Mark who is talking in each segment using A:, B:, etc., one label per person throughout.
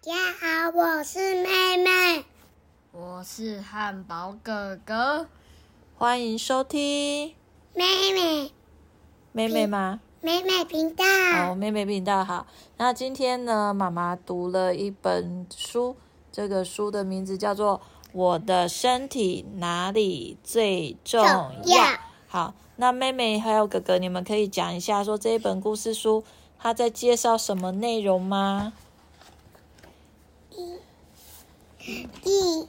A: 家好，我是妹妹。
B: 我是汉堡哥哥，
C: 欢迎收听
A: 妹妹，
C: 妹妹吗？
A: 妹妹频道。
C: 好，妹妹频道好。那今天呢，妈妈读了一本书，这个书的名字叫做《我的身体哪里最重要》。
A: 重要
C: 好，那妹妹还有哥哥，你们可以讲一下，说这一本故事书它在介绍什么内容吗？
A: 第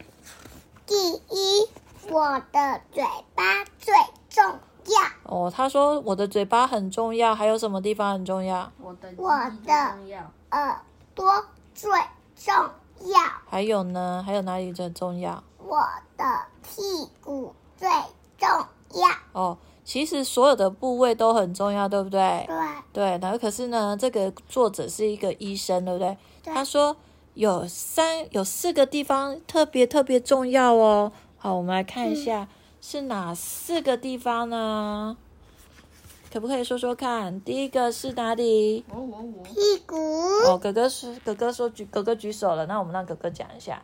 A: 第一，我的嘴巴最重要，
C: 哦，他说我的嘴巴很重要，还有什么地方很重要？
B: 我的
A: 我的
B: 记忆最重要，
A: 耳朵最重要，
C: 还有呢？还有哪里最重要？
A: 我的屁股最重要。
C: 哦，其实所有的部位都很重要，对不对？
A: 对，
C: 对，然后可是呢，这个作者是一个医生，对不对？
A: 对
C: 他说有三有四个地方特别特别重要哦。好，我们来看一下、是哪四个地方呢？可不可以说说看？第一个是哪里？
B: 我我我
A: 屁股、
C: 哦，哥哥是哥哥说举哥哥举手了，那我们让哥哥讲一下。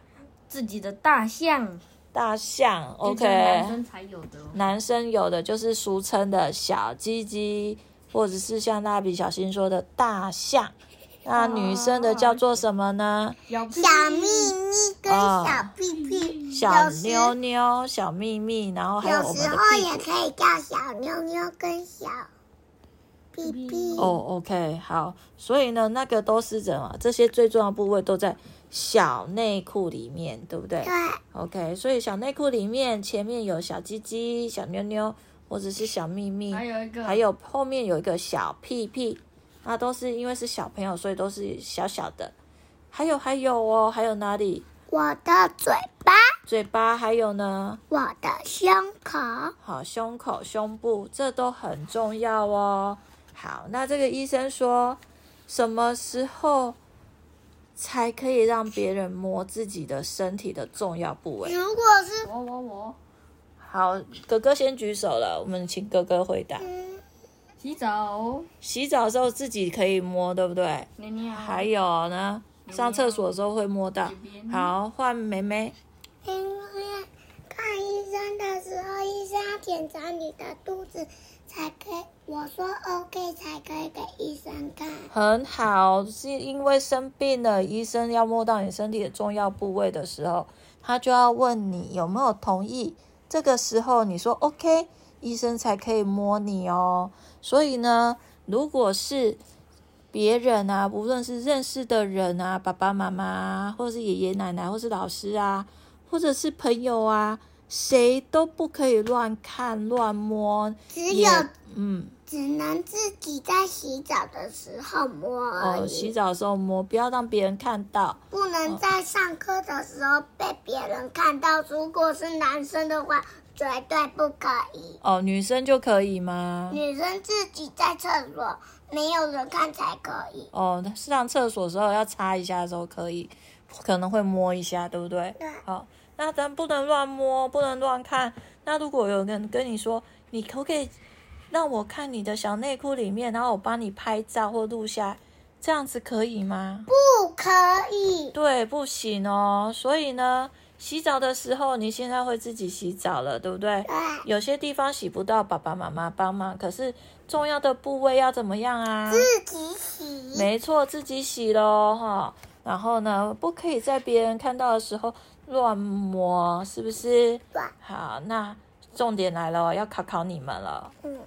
B: 自己的大象
C: 大象
B: 就只有男
C: ，OK，
B: 生才有的哦，
C: 男生有的就是俗称的小鸡鸡，或者是像蜡笔小新说的大
A: 哦
C: 象。那女生的叫做什么呢？
B: 小屁
A: 小秘密跟小屁屁，
C: 哦嗯小
A: 有时
C: 妞妞、小秘密，然后还有
A: 有
C: 哦我
A: 时
C: 们的
A: 候
C: 屁
A: 也
C: 股。
A: 可以叫小妞妞跟小屁屁。
C: 哦、o k 好，所以呢，那个都是什么？这些最重要的部位都在小内裤里面，对不对
A: 对，
C: ？OK，所以小内裤里面前面有小鸡鸡、小妞妞，或者是小秘密，
B: 还有一个
C: 还有后面有一个小屁屁，那都是因为是小朋友，所以都是小小的。还有还有哦，还有哪里？
A: 我的嘴巴，
C: 嘴巴，还有呢？
A: 我的胸口。
C: 好，胸口、胸部，这都很重要哦。好，那这个医生说，什么时候才可以让别人摸自己的身体的重要部位？
A: 如果是
B: 我我我
C: 好，哥哥先举手了，我们请哥哥回答。
A: 嗯，
B: 洗澡
C: 洗澡的时候自己可以摸，对不对？
B: 尿尿，
C: 还有呢，上厕所的时候会摸到
B: 这。边
C: 好，换梅梅。
A: 因为看医生的时候，医生要检查你的肚子，才可以。我说 OK 才可以给医生看。
C: 很好，是因为生病了，医生要摸到你身体的重要部位的时候，他就要问你有没有同意。这个时候你说 OK，医生才可以摸你哦。所以呢，如果是别人啊，无论是认识的人啊，爸爸妈妈啊，或是爷爷奶奶，或是老师啊，或者是朋友啊，谁都不可以乱看乱摸。
A: 只
C: 也
A: 有
C: 嗯，
A: 只能自己在洗澡的时候摸而
C: 哦，洗
A: 已，
C: 澡的时候摸，不要让别人看到。
A: 不能在上课的时候被别人看到。如果是男生的话，绝对不可以。
C: 哦，女生就可以吗？
A: 女生自己在厕所，没有人看才可以。
C: 哦，上厕所的时候要擦一下的时候可以，可能会摸一下，对不对？
A: 对
C: 好，那咱不能乱摸，不能乱看。那如果有人跟你说，你可不可以让我看你的小内裤里面，然后我帮你拍照或录下，这样子可以吗？
A: 不可以，
C: 对，不行哦。所以呢，洗澡的时候，你现在会自己洗澡了，对不对？
A: 对，
C: 有些地方洗不到，爸爸妈妈帮忙。可是重要的部位要怎么样啊？
A: 自己洗。
C: 没错，自己洗喽哈。然后呢，不可以在别人看到的时候乱摸，是不是？
A: 对
C: 好，那重点来了，要考考你们了。
A: 嗯，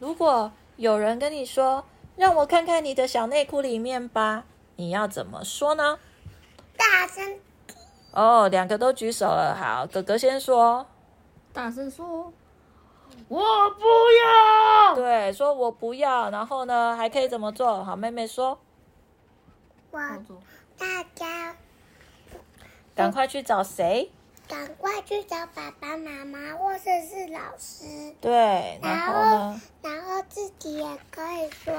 C: 如果有人跟你说“让我看看你的小内裤里面吧”，你要怎么说呢？
A: 大声
C: 哦，两个都举手了。好，哥哥先说，
B: 大声说，我不要，
C: 对，说我不要。然后呢，还可以怎么做？好，妹妹说，
A: 我，
B: 抱走
A: 大家
C: 赶快去找谁？
A: 赶快去找爸爸妈妈或者是老师，
C: 对，
A: 嗯
C: 然后呢？
A: 然后自己也可以说，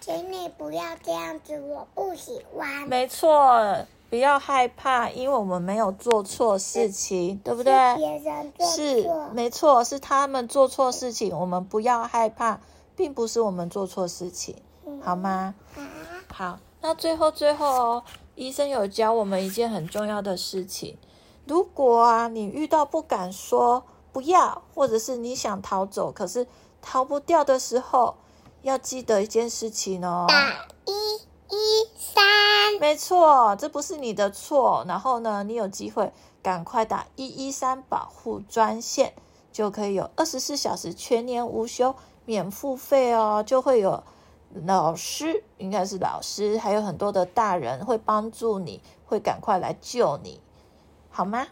A: 请你不要这样子，我不喜欢。
C: 没错，不要害怕，因为我们没有做错事情，对不对？
A: 是别人做
C: 是，
A: 错，
C: 没错，是他们做错事情，我们不要害怕，并
A: 嗯
C: 不是我们做错事情，好吗？
A: 啊，
C: 好，那最后最后哦，医生有教我们一件很重要的事情：如果啊，你遇到不敢说不要，或者是你想逃走，可是逃不掉的时候，要记得一件事情哦。
A: 打一一三，
C: 没错，这不是你的错。然后呢，你有机会赶快打一一三保护专线，就可以有二十四小时全年无休，免付费哦，就会有老师，应该是老师，还有很多的大人会帮助你，会赶快来救你，好吗？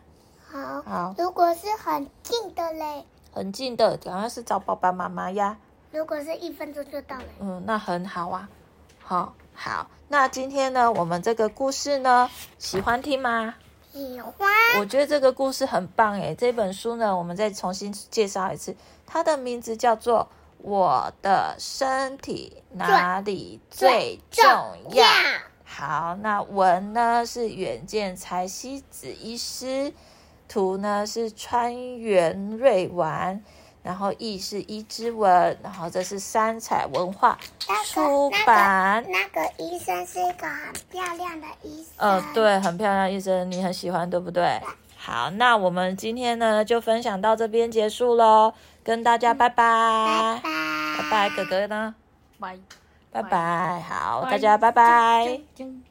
A: 好。
C: 好，
A: 如果是很近的嘞，
C: 很近的，赶快是找爸爸妈妈呀。
A: 如果是一分钟就到了，
C: 嗯，那很好啊。好、好，那今天呢，我们这个故事呢，喜欢听吗？
A: 喜欢
C: 我觉得这个故事很棒诶，这本书呢，我们再重新介绍一次，它的名字叫做《我的身体哪里最重要》。好，那文呢是远见才希子医师，图呢是川原瑞丸，然后译是伊之文，然后这是三彩文化出版。
A: 那个医生是一个很漂亮的医生。
C: 呃，。对，很漂亮，医生，你很喜欢，对不对？好，那我们今天呢就分享到这边结束喽，跟大家拜
A: 拜
C: 拜，
A: 拜。
C: 拜拜，哥哥呢？
B: 拜，
C: 拜拜，好，
B: 拜
C: 大家拜拜。
B: 啾啾